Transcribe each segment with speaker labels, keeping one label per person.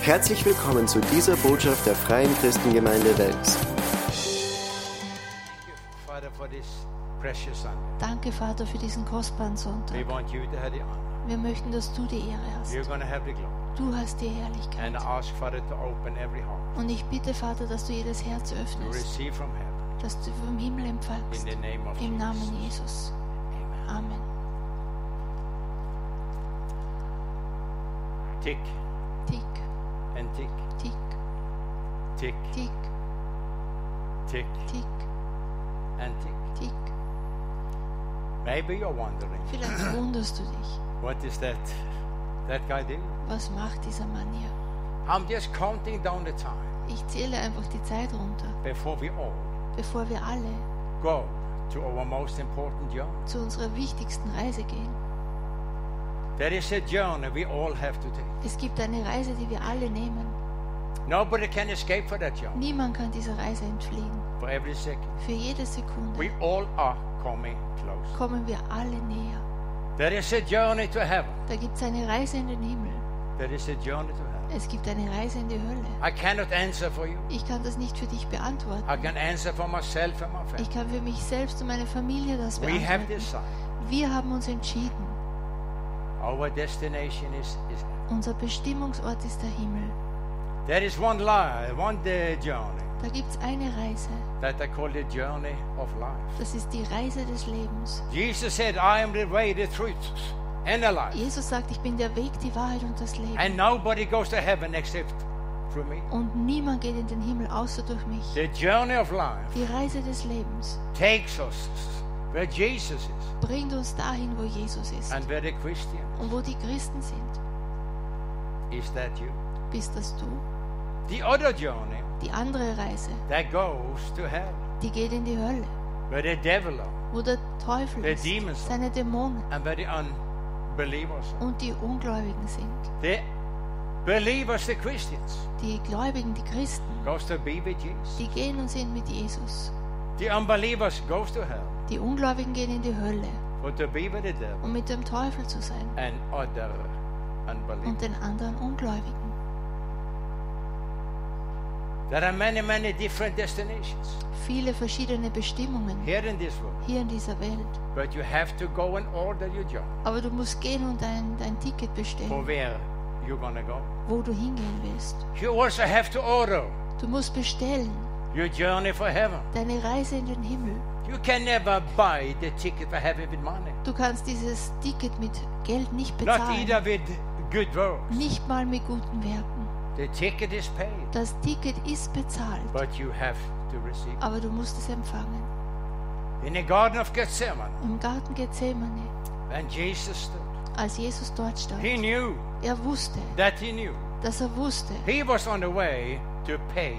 Speaker 1: Herzlich willkommen zu dieser Botschaft der Freien Christengemeinde Wels.
Speaker 2: Thank you, Father, for this precious Sunday.
Speaker 3: Danke, Vater, für diesen kostbaren
Speaker 2: We
Speaker 3: Sonntag.
Speaker 2: want you to have the honor.
Speaker 3: Wir möchten, dass du die Ehre hast.
Speaker 2: You're going to have the glory.
Speaker 3: Du hast die
Speaker 2: And
Speaker 3: Herrlichkeit.
Speaker 2: I ask Father to open every heart
Speaker 3: Und ich bitte, Vater, dass du jedes Herz
Speaker 2: to
Speaker 3: öffnest,
Speaker 2: receive from heaven
Speaker 3: dass du vom Himmel empfangst.
Speaker 2: in the name of
Speaker 3: Im
Speaker 2: Jesus.
Speaker 3: Namen Jesus.
Speaker 2: Amen.
Speaker 3: Amen.
Speaker 2: Tick
Speaker 3: Tick,
Speaker 2: and tick,
Speaker 3: tick,
Speaker 2: tick,
Speaker 3: tick,
Speaker 2: tick
Speaker 3: tick,
Speaker 2: and tick.
Speaker 3: tick.
Speaker 2: Maybe you're wondering,
Speaker 3: Vielleicht wunderst du dich.
Speaker 2: what is that that guy doing?
Speaker 3: Was macht dieser Mann hier?
Speaker 2: I'm just counting down the time
Speaker 3: Ich zähle einfach die Zeit runter,
Speaker 2: before we all
Speaker 3: bevor wir alle
Speaker 2: go to our most important journey.
Speaker 3: zu unserer wichtigsten Reise gehen.
Speaker 2: There is a journey we all have to take.
Speaker 3: Es gibt eine Reise, die wir alle nehmen.
Speaker 2: Nobody can escape for that journey.
Speaker 3: Niemand kann dieser Reise entfliehen.
Speaker 2: For every second.
Speaker 3: Für jede Sekunde
Speaker 2: We all are coming close.
Speaker 3: kommen wir alle näher.
Speaker 2: There is a journey to heaven.
Speaker 3: Da gibt es eine Reise in den Himmel.
Speaker 2: There is a journey to heaven.
Speaker 3: Es gibt eine Reise in die Hölle.
Speaker 2: I cannot answer for you.
Speaker 3: Ich kann das nicht für dich
Speaker 2: I
Speaker 3: beantworten.
Speaker 2: can answer for myself and my
Speaker 3: Ich
Speaker 2: family.
Speaker 3: kann für mich selbst und meine Familie das
Speaker 2: We have
Speaker 3: beantworten.
Speaker 2: decided.
Speaker 3: Wir haben uns entschieden.
Speaker 2: Our destination is, is heaven.
Speaker 3: Unser Bestimmungsort ist der Himmel.
Speaker 2: There is one lie, one day journey
Speaker 3: Da gibt es eine Reise.
Speaker 2: that I call the journey of life.
Speaker 3: Das ist die Reise des Lebens.
Speaker 2: Jesus said, I am the way, the truth, and the life.
Speaker 3: Jesus sagt, ich bin der Weg, die Wahrheit und das Leben.
Speaker 2: And nobody goes to heaven except through me.
Speaker 3: Und niemand geht in den Himmel außer durch mich.
Speaker 2: The journey of life
Speaker 3: Die Reise des Lebens
Speaker 2: takes us where Jesus is
Speaker 3: bringt uns dahin, wo Jesus ist.
Speaker 2: and where the Christian
Speaker 3: Und wo die Christen sind,
Speaker 2: is that you.
Speaker 3: bist das du.
Speaker 2: The other journey
Speaker 3: Die andere Reise,
Speaker 2: that goes to hell,
Speaker 3: die geht in die Hölle,
Speaker 2: where the er devil are,
Speaker 3: wo der Teufel
Speaker 2: The
Speaker 3: ist,
Speaker 2: demons.
Speaker 3: seine Dämonen
Speaker 2: and er where the unbelievers are.
Speaker 3: und die Ungläubigen sind.
Speaker 2: The er believers, the Christians,
Speaker 3: Die Gläubigen, die Christen,
Speaker 2: goes to be with Jesus.
Speaker 3: die gehen und sind mit Jesus.
Speaker 2: The unbelievers goes to hell
Speaker 3: Die Ungläubigen gehen in die Hölle,
Speaker 2: for to be with the devil
Speaker 3: um mit dem Teufel zu sein
Speaker 2: and other unbelievers.
Speaker 3: und den anderen Ungläubigen.
Speaker 2: There are many, many different destinations
Speaker 3: Viele verschiedene Bestimmungen
Speaker 2: here in this world,
Speaker 3: hier in dieser Welt.
Speaker 2: but you have to go and order your job
Speaker 3: Aber du musst gehen und dein, dein Ticket
Speaker 2: for
Speaker 3: bestellen,
Speaker 2: where you're gonna go.
Speaker 3: wo du hingehen willst.
Speaker 2: You also have to order
Speaker 3: Du musst bestellen
Speaker 2: your journey for heaven.
Speaker 3: deine Reise in den Himmel.
Speaker 2: You can never buy the ticket for heaven with money.
Speaker 3: Du kannst dieses Ticket mit Geld nicht
Speaker 2: Not
Speaker 3: bezahlen.
Speaker 2: either with good works.
Speaker 3: Nicht mal mit guten Werken.
Speaker 2: The ticket is paid,
Speaker 3: Das Ticket ist bezahlt,
Speaker 2: but you have to receive.
Speaker 3: aber du musst es empfangen.
Speaker 2: In the Garden of Gethsemane,
Speaker 3: Im Garten Gethsemane,
Speaker 2: when Jesus stood,
Speaker 3: als Jesus dort stand,
Speaker 2: he knew
Speaker 3: er wusste,
Speaker 2: that he knew.
Speaker 3: dass er wusste,
Speaker 2: He was on the way to pay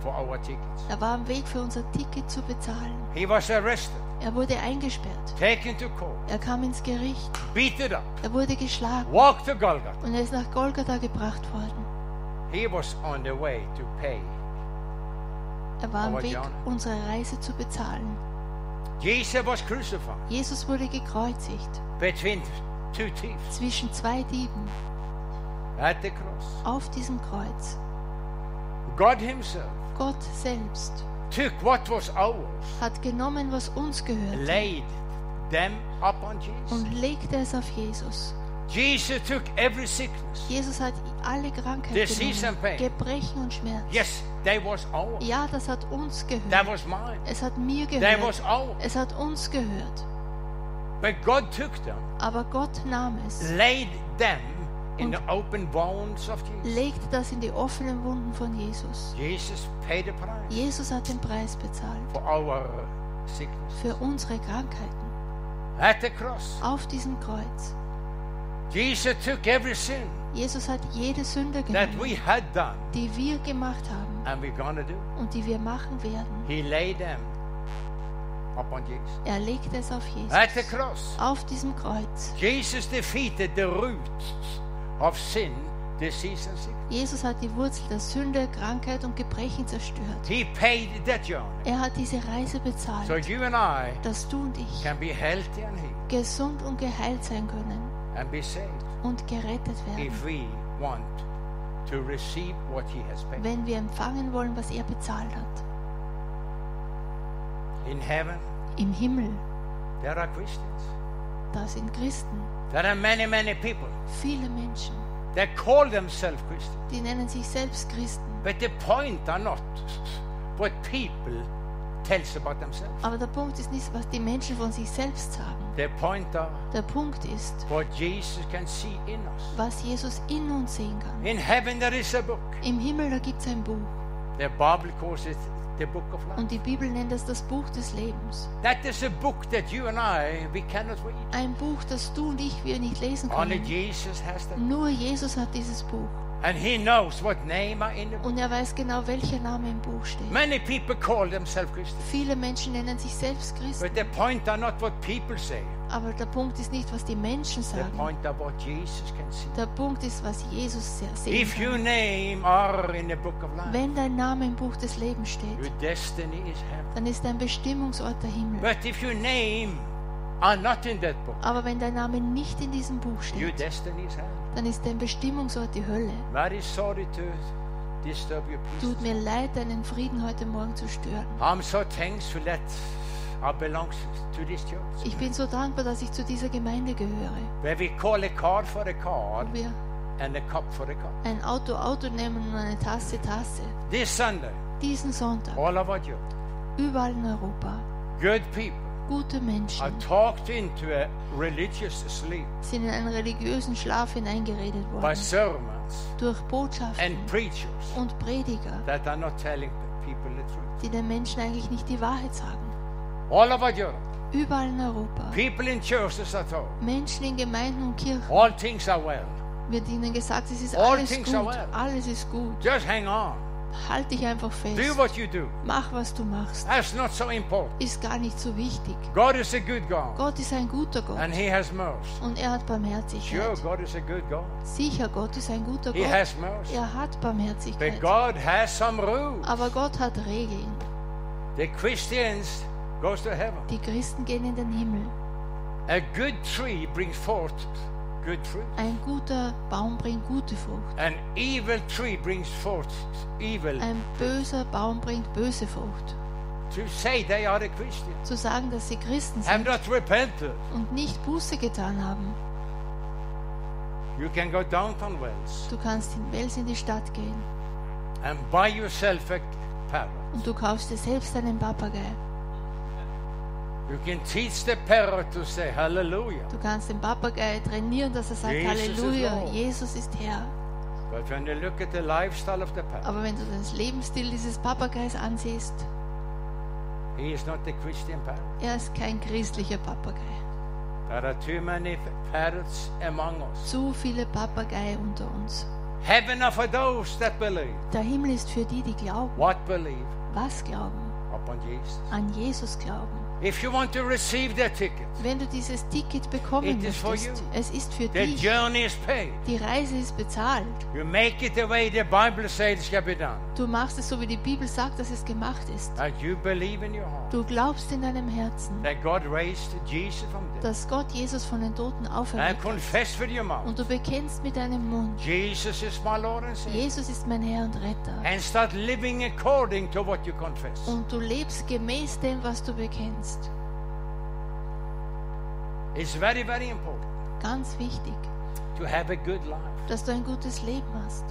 Speaker 2: for our tickets.
Speaker 3: er war am Weg für unser Ticket zu bezahlen.
Speaker 2: He was arrested,
Speaker 3: Er wurde eingesperrt.
Speaker 2: taken to court,
Speaker 3: Er kam ins Gericht.
Speaker 2: beaten up,
Speaker 3: Er wurde geschlagen
Speaker 2: walked to Golgotha.
Speaker 3: und er ist nach Golgatha gebracht worden.
Speaker 2: He was on the way to pay.
Speaker 3: Er war am
Speaker 2: Aber
Speaker 3: Weg,
Speaker 2: Jan-
Speaker 3: unsere Reise zu bezahlen.
Speaker 2: Jesus was crucified
Speaker 3: Jesus wurde gekreuzigt
Speaker 2: between two thieves
Speaker 3: zwischen zwei Dieben
Speaker 2: at the cross.
Speaker 3: auf diesem Kreuz.
Speaker 2: God himself
Speaker 3: Gott selbst
Speaker 2: took what was ours,
Speaker 3: hat genommen, was uns gehört.
Speaker 2: laid them upon Jesus.
Speaker 3: und legte es auf Jesus.
Speaker 2: Jesus took every sickness.
Speaker 3: Jesus hat alle Krankheiten
Speaker 2: Disease and pain.
Speaker 3: genommen, Gebrechen und Schmerz.
Speaker 2: Yes, they was ours.
Speaker 3: Ja, das hat uns
Speaker 2: That
Speaker 3: gehört.
Speaker 2: was mine.
Speaker 3: Es hat mir
Speaker 2: They was
Speaker 3: gehört.
Speaker 2: ours.
Speaker 3: Es hat uns gehört.
Speaker 2: But God took them,
Speaker 3: Aber Gott nahm es,
Speaker 2: laid them in the open wounds of Jesus.
Speaker 3: legte das in die offenen Wunden von Jesus.
Speaker 2: Jesus paid the price
Speaker 3: Jesus hat den Preis bezahlt
Speaker 2: for our sickness.
Speaker 3: für unsere Krankheiten.
Speaker 2: At the cross,
Speaker 3: Auf diesem Kreuz.
Speaker 2: Jesus took every sin
Speaker 3: Jesus hat jede Sünde
Speaker 2: that
Speaker 3: genommen,
Speaker 2: we had done
Speaker 3: die wir gemacht haben
Speaker 2: and we're gonna do.
Speaker 3: und die wir machen werden.
Speaker 2: He laid them upon Jesus.
Speaker 3: Er legte es auf
Speaker 2: At the
Speaker 3: Jesus.
Speaker 2: cross,
Speaker 3: Auf diesem Kreuz.
Speaker 2: Jesus defeated the root of sin, disease, and sickness.
Speaker 3: Jesus hat die Wurzel der Sünde, Krankheit und Gebrechen zerstört.
Speaker 2: He paid that journey.
Speaker 3: Er hat diese Reise
Speaker 2: So
Speaker 3: bezahlt,
Speaker 2: you and I
Speaker 3: dass du und ich
Speaker 2: can be healthy and healed
Speaker 3: gesund und geheilt sein können
Speaker 2: and be saved
Speaker 3: und gerettet werden,
Speaker 2: if we want to receive what he has paid.
Speaker 3: wenn wir empfangen wollen, was er bezahlt hat.
Speaker 2: In heaven,
Speaker 3: Im Himmel,
Speaker 2: there are Christians.
Speaker 3: da sind Christen,
Speaker 2: There are many, many people.
Speaker 3: viele Menschen,
Speaker 2: They call themselves Christians.
Speaker 3: die nennen sich selbst Christen.
Speaker 2: But the point are not what people tells about themselves.
Speaker 3: Aber der Punkt ist nicht, was die Menschen von sich selbst sagen.
Speaker 2: The point are
Speaker 3: Der Punkt ist,
Speaker 2: what Jesus can see in us.
Speaker 3: was Jesus in uns sehen kann.
Speaker 2: In heaven there is a book.
Speaker 3: Im Himmel, da gibt es ein Buch.
Speaker 2: The Bible calls it the book of life.
Speaker 3: Und die Bibel nennt es das Buch des Lebens.
Speaker 2: That is a book that you and I we cannot read.
Speaker 3: Ein Buch, das du und ich wir nicht lesen
Speaker 2: Only
Speaker 3: können.
Speaker 2: Jesus has that.
Speaker 3: Nur Jesus hat dieses Buch.
Speaker 2: And he knows what name are in the book.
Speaker 3: Und er weiß genau, welcher Name im Buch steht.
Speaker 2: Many people call themselves Christians.
Speaker 3: Viele Menschen nennen sich selbst Christen.
Speaker 2: But the point are not what people say.
Speaker 3: Aber der Punkt ist nicht, was die Menschen
Speaker 2: The
Speaker 3: sagen.
Speaker 2: point are what Jesus can see.
Speaker 3: Der Punkt ist, was Jesus se- sehen
Speaker 2: If your
Speaker 3: kann.
Speaker 2: name are in the book of life,
Speaker 3: Wenn dein Name im Buch des Lebens
Speaker 2: your
Speaker 3: steht,
Speaker 2: destiny is heaven.
Speaker 3: dann ist dein Bestimmungsort der Himmel.
Speaker 2: But if your name are not in that book,
Speaker 3: Aber wenn dein Name nicht in diesem Buch
Speaker 2: your
Speaker 3: steht,
Speaker 2: destiny is heaven.
Speaker 3: dann ist dein Bestimmungsort die Hölle.
Speaker 2: Very sorry to disturb your peace.
Speaker 3: Tut mir leid, deinen Frieden heute Morgen zu stören.
Speaker 2: I'm so thankful that I belong to this church.
Speaker 3: Ich bin so dankbar, dass ich zu dieser Gemeinde gehöre.
Speaker 2: Where we call a card for a card
Speaker 3: Wo wir
Speaker 2: and a cup for a cup.
Speaker 3: ein Auto Auto nehmen und eine Tasse Tasse.
Speaker 2: This Sunday,
Speaker 3: Diesen Sonntag,
Speaker 2: all over Europe,
Speaker 3: überall in Europa,
Speaker 2: good people
Speaker 3: gute
Speaker 2: are
Speaker 3: Menschen
Speaker 2: talked into a religious sleep
Speaker 3: sind in einen religiösen Schlaf hineingeredet
Speaker 2: by
Speaker 3: worden.
Speaker 2: sermons
Speaker 3: Durch
Speaker 2: and
Speaker 3: Botschaften
Speaker 2: preachers
Speaker 3: und Prediger,
Speaker 2: that are not telling people the truth.
Speaker 3: die den Menschen eigentlich nicht die Wahrheit sagen.
Speaker 2: All over Europe,
Speaker 3: Überall in Europa,
Speaker 2: people in churches are told
Speaker 3: Menschen in Gemeinden und Kirchen,
Speaker 2: all things are well.
Speaker 3: wird ihnen gesagt, es ist
Speaker 2: All
Speaker 3: alles
Speaker 2: things
Speaker 3: gut,
Speaker 2: are well.
Speaker 3: alles ist gut.
Speaker 2: Just hang on,
Speaker 3: Halt dich einfach
Speaker 2: do
Speaker 3: fest.
Speaker 2: what you do.
Speaker 3: Mach, was du machst.
Speaker 2: That's not so important.
Speaker 3: Ist gar nicht so wichtig.
Speaker 2: God is a good God
Speaker 3: Gott ist ein guter Gott
Speaker 2: and He has mercy.
Speaker 3: und er hat
Speaker 2: Sure,
Speaker 3: Barmherzigkeit.
Speaker 2: God is a good God.
Speaker 3: Sicher, Gott ist ein guter
Speaker 2: He
Speaker 3: Gott.
Speaker 2: has mercy.
Speaker 3: Er hat
Speaker 2: But
Speaker 3: Barmherzigkeit.
Speaker 2: God has some rules.
Speaker 3: Aber Gott hat Regeln.
Speaker 2: The Christians goes to heaven.
Speaker 3: Die Christen gehen in den Himmel.
Speaker 2: A good tree brings forth good fruit.
Speaker 3: Ein guter Baum bringt gute Frucht.
Speaker 2: An evil tree brings forth evil.
Speaker 3: Ein böser Baum bringt böse Frucht.
Speaker 2: To say they are a Christian
Speaker 3: Zu sagen, dass sie Christen
Speaker 2: have
Speaker 3: sind
Speaker 2: not repented.
Speaker 3: und nicht Buße getan haben.
Speaker 2: You can go downtown Wells
Speaker 3: Du kannst in Wels in die Stadt gehen
Speaker 2: and buy yourself a parrot.
Speaker 3: und du kaufst dir selbst einen Papagei.
Speaker 2: You can teach the parrot to say hallelujah.
Speaker 3: Du kannst den Papagei trainieren, dass er sagt
Speaker 2: Jesus ist
Speaker 3: Halleluja,
Speaker 2: Lord.
Speaker 3: Jesus ist Herr.
Speaker 2: But when you look at the lifestyle of the parrot,
Speaker 3: Aber wenn du den Lebensstil dieses Papageis ansiehst,
Speaker 2: he is not a Christian parrot.
Speaker 3: er ist kein christlicher Papagei.
Speaker 2: There are too many parrots among us.
Speaker 3: Zu viele Papageien unter uns.
Speaker 2: Heaven are for those that believe.
Speaker 3: Der Himmel ist für die, die glauben.
Speaker 2: What believe?
Speaker 3: Was glauben?
Speaker 2: Upon Jesus.
Speaker 3: An Jesus glauben.
Speaker 2: If you want to receive the ticket,
Speaker 3: Wenn du dieses Ticket bekommen
Speaker 2: It is for
Speaker 3: möchtest,
Speaker 2: you.
Speaker 3: es ist für
Speaker 2: the
Speaker 3: dich.
Speaker 2: journey is paid.
Speaker 3: Die Reise ist bezahlt.
Speaker 2: You make it the way the Bible says it shall be done.
Speaker 3: Du machst es so, wie die Bibel sagt, dass es gemacht ist.
Speaker 2: That you believe in your heart
Speaker 3: Du glaubst in deinem Herzen,
Speaker 2: that God raised Jesus from death
Speaker 3: dass Gott Jesus von den Toten
Speaker 2: and
Speaker 3: auferweckt hat.
Speaker 2: confess with your mouth,
Speaker 3: Und du bekennst mit deinem Mund,
Speaker 2: Jesus is my Lord and Savior,
Speaker 3: Jesus ist mein Herr und Retter.
Speaker 2: and start living according to what you confess.
Speaker 3: Und du lebst gemäß dem, was du bekennst.
Speaker 2: It's very, very important
Speaker 3: Ganz wichtig,
Speaker 2: to have a good life,
Speaker 3: dass du ein gutes Leben hast.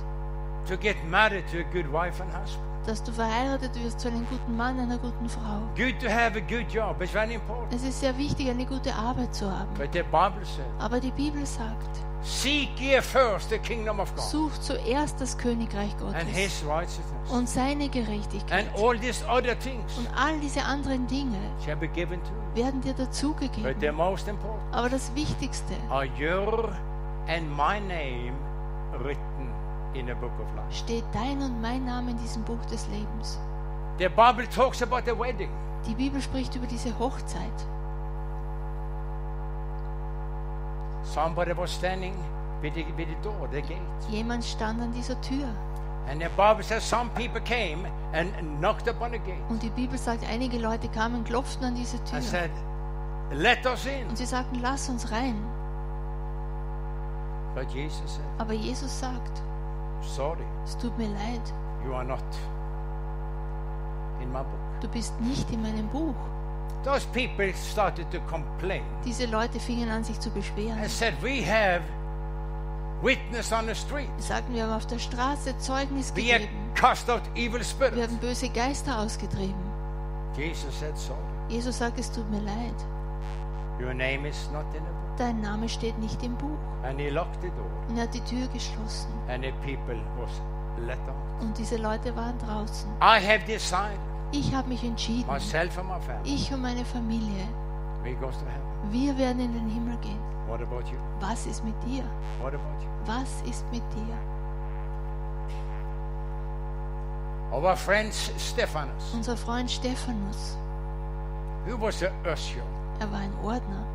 Speaker 2: to get married to a good wife and husband.
Speaker 3: Dass du verheiratet wirst zu einem guten Mann, einer guten Frau.
Speaker 2: Good to have a good job, it's very important.
Speaker 3: Es ist sehr wichtig, eine gute Arbeit zu haben.
Speaker 2: But the Bible says,
Speaker 3: Aber die Bibel sagt,
Speaker 2: seek ye first the kingdom of God
Speaker 3: such zuerst das Königreich
Speaker 2: and
Speaker 3: Gottes
Speaker 2: his righteousness.
Speaker 3: und seine
Speaker 2: And
Speaker 3: Gerechtigkeit.
Speaker 2: all these other things
Speaker 3: Und all diese anderen Dinge
Speaker 2: shall be given to you.
Speaker 3: werden dir
Speaker 2: But the
Speaker 3: dazugegeben.
Speaker 2: most important
Speaker 3: Aber das Wichtigste
Speaker 2: are your and my name written in the book of life.
Speaker 3: steht dein und mein Name in diesem Buch des Lebens.
Speaker 2: The Bible talks about the wedding.
Speaker 3: Die Bibel spricht über diese Hochzeit.
Speaker 2: Somebody was standing with the, with the door, the gate.
Speaker 3: Jemand stand an dieser Tür.
Speaker 2: And the Bible says some people came and knocked upon the gate
Speaker 3: Und die Bibel sagt, einige Leute kamen, klopften an diese
Speaker 2: and
Speaker 3: Tür.
Speaker 2: said, Let us in.
Speaker 3: Und sie sagten, lass uns rein.
Speaker 2: But Jesus said,
Speaker 3: Aber Jesus sagt,
Speaker 2: Sorry,
Speaker 3: Es tut mir leid,
Speaker 2: you are not in my book.
Speaker 3: du bist nicht in meinem Buch.
Speaker 2: Those people started to complain
Speaker 3: Diese Leute fingen an, sich zu beschweren.
Speaker 2: and said, We have witness on the street.
Speaker 3: Sie sagten, wir haben auf der Straße Zeugnis
Speaker 2: We have
Speaker 3: gegeben.
Speaker 2: cast out evil
Speaker 3: Wir
Speaker 2: spirits.
Speaker 3: haben böse Geister ausgetrieben.
Speaker 2: Jesus said, Sorry,
Speaker 3: Jesus sagt, es tut mir leid.
Speaker 2: your name is not in the book.
Speaker 3: Dein Name steht nicht im Buch.
Speaker 2: And he locked the door
Speaker 3: Und er hat die Tür geschlossen.
Speaker 2: and the people was let out.
Speaker 3: Und diese Leute waren draußen.
Speaker 2: I have decided,
Speaker 3: Ich habe mich entschieden.
Speaker 2: myself and my family,
Speaker 3: Ich und meine Familie,
Speaker 2: we go to heaven.
Speaker 3: wir werden in den Himmel gehen.
Speaker 2: What about you?
Speaker 3: Was ist mit dir?
Speaker 2: What about you?
Speaker 3: Was ist mit dir?
Speaker 2: Our friend Stephanus,
Speaker 3: Unser Freund Stephanus,
Speaker 2: who was a usher
Speaker 3: er war ein Ordner.